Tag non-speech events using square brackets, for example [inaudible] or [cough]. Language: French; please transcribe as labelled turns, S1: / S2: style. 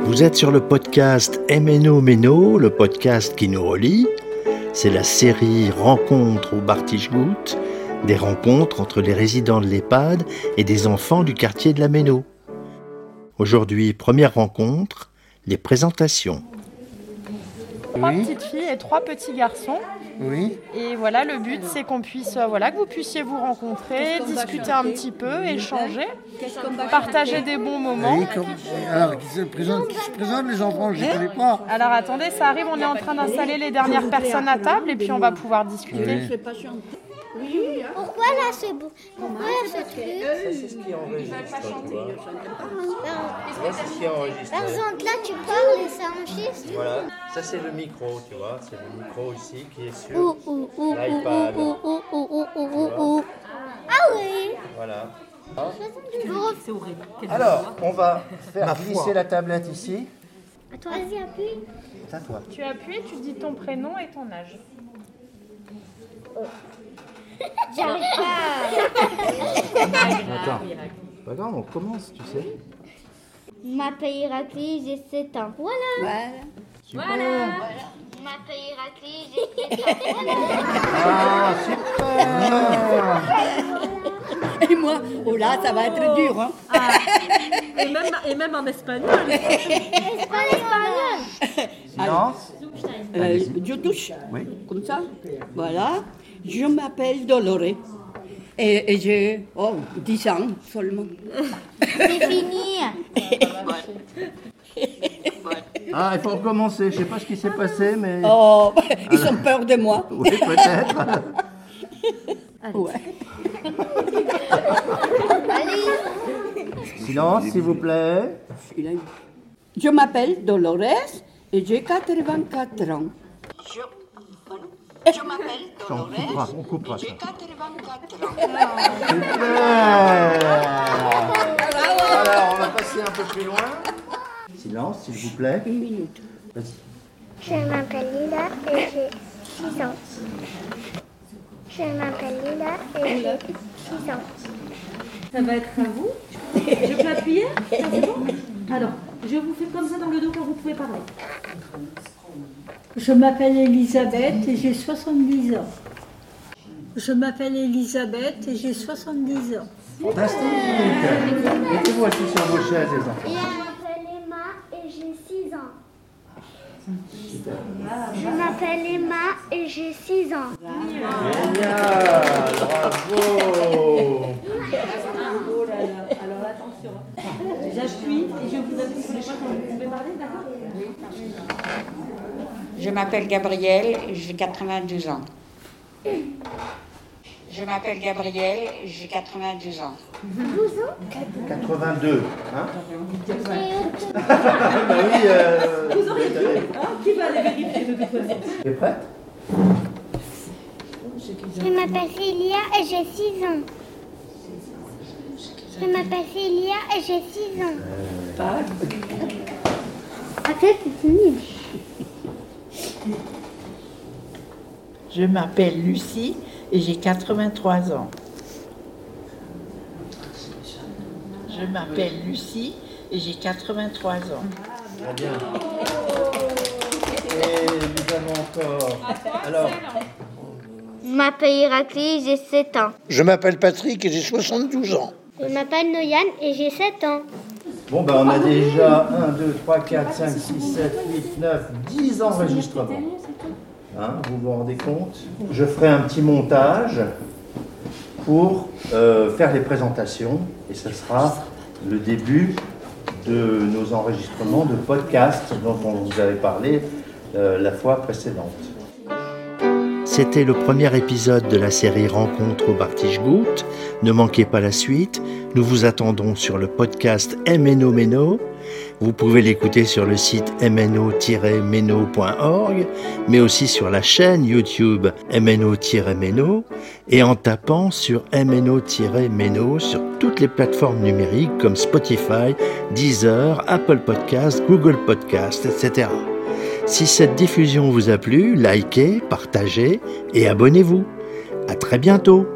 S1: Vous êtes sur le podcast MNO Meno, le podcast qui nous relie. C'est la série Rencontres au Bartichgout, des rencontres entre les résidents de l'EHPAD et des enfants du quartier de la Méno. Aujourd'hui, première rencontre, les présentations.
S2: Trois
S3: Oui.
S2: petites filles et trois petits garçons.
S3: Oui,
S2: Et voilà, le but, c'est qu'on puisse, euh, voilà, que vous puissiez vous rencontrer, discuter un petit peu, échanger, partager des bons moments.
S3: oui, comme- euh, alors qui se présente, qui se présente les enfants, je ne connais pas.
S2: Alors attendez, ça arrive, on est en train d'installer les dernières personnes à table et puis on va pouvoir discuter.
S3: Oui.
S4: Pourquoi là ce beau Pourquoi là ce truc
S5: Moi, c'est ce qui est enregistré.
S4: Ah, Par exemple là tu parles et ça enregistre
S5: Voilà. Ça, c'est le micro, tu vois. C'est le micro ici qui est
S4: Ou,
S5: sur.
S4: ou, ou, ou,
S5: L'iPad.
S4: ou, ou, ou, ou, ou, ou, ou. Ah oui
S5: Voilà.
S4: Je vous refais.
S5: Alors, on va faire glisser la tablette ici.
S4: Attends, vas-y appuie.
S5: C'est à toi.
S2: Tu appuies, tu dis ton prénom et ton âge.
S5: Bah non, on commence, tu sais.
S4: M'appelle Héraclide, j'ai 7 ans. Voilà M'appelle Héraclide, j'ai 7 ans.
S6: Et moi, oh là, ça va être dur. Hein.
S7: Et même, et même en espagnol.
S4: [laughs] C'est pas l'espagnol
S5: Silence.
S6: Euh, je touche,
S5: Oui.
S6: comme ça. Voilà. Je m'appelle Doloré. Et, et j'ai oh, 10 ans seulement.
S4: C'est fini
S5: Ah, il faut recommencer. Je sais pas ce qui s'est passé, mais.
S6: Oh, [laughs] ils ont peur de moi.
S5: Oui, peut-être.
S6: Ouais.
S5: Silence, s'il vous plaît.
S6: Il a- Je m'appelle Dolores et j'ai 84 ans. [laughs] Je m'appelle
S5: On coupera, on coupera ça.
S6: 84 ans.
S5: Alors, on va passer un peu plus loin. Silence, s'il vous plaît.
S6: Une minute.
S5: Vas-y.
S8: Je m'appelle Lila et j'ai 6 ans. Je m'appelle Lila et j'ai 6 ans.
S7: Ça va être à vous. Je peux appuyer Ça, c'est bon Alors, je vous fais comme ça dans le dos quand vous pouvez parler.
S9: Je m'appelle Elisabeth et j'ai 70 ans. Je m'appelle Elisabeth et j'ai 70 ans.
S5: Fantastique. Mettez-vous assis sur vos chaises, les enfants.
S8: Je m'appelle Emma et j'ai 6 ans. Je m'appelle Emma et j'ai 6 ans.
S5: Génial, bravo.
S7: J'appuie et je vous appuie sur les mains quand vous pouvez parler, d'accord
S10: Je m'appelle Gabrielle, j'ai 92 ans. Je m'appelle Gabrielle, j'ai 92 ans.
S5: 82, hein Bah oui, euh, vous avez-
S7: Qui va aller vérifier de toute façon
S5: T'es prête
S8: Je m'appelle Célia et j'ai 6 ans. Je m'appelle Célia et j'ai 6 ans. Après, c'est fini.
S9: Je m'appelle Lucie et j'ai 83 ans. Je m'appelle Lucie et j'ai 83 ans.
S5: Très bien. Et nous avons encore. Alors,
S4: M'appelle Héraclide, j'ai 7 ans.
S3: Je m'appelle Patrick et j'ai 72 ans.
S8: Je m'appelle Noyan et j'ai 7 ans.
S5: bon, bah on a déjà 1, 2, 3, 4, 5, 6, 7, 8, 9, 10 enregistrements. Hein, vous vous rendez compte Je ferai un petit montage pour euh, faire les présentations et ce sera le début de nos enregistrements de podcast dont on vous avait parlé euh, la fois précédente.
S1: C'était le premier épisode de la série Rencontre au Bartichgout. Ne manquez pas la suite. Nous vous attendons sur le podcast MNO Meno. Vous pouvez l'écouter sur le site mno-meno.org, mais aussi sur la chaîne YouTube mno-meno et en tapant sur mno-meno sur toutes les plateformes numériques comme Spotify, Deezer, Apple Podcast, Google Podcast, etc. Si cette diffusion vous a plu, likez, partagez et abonnez-vous. À très bientôt.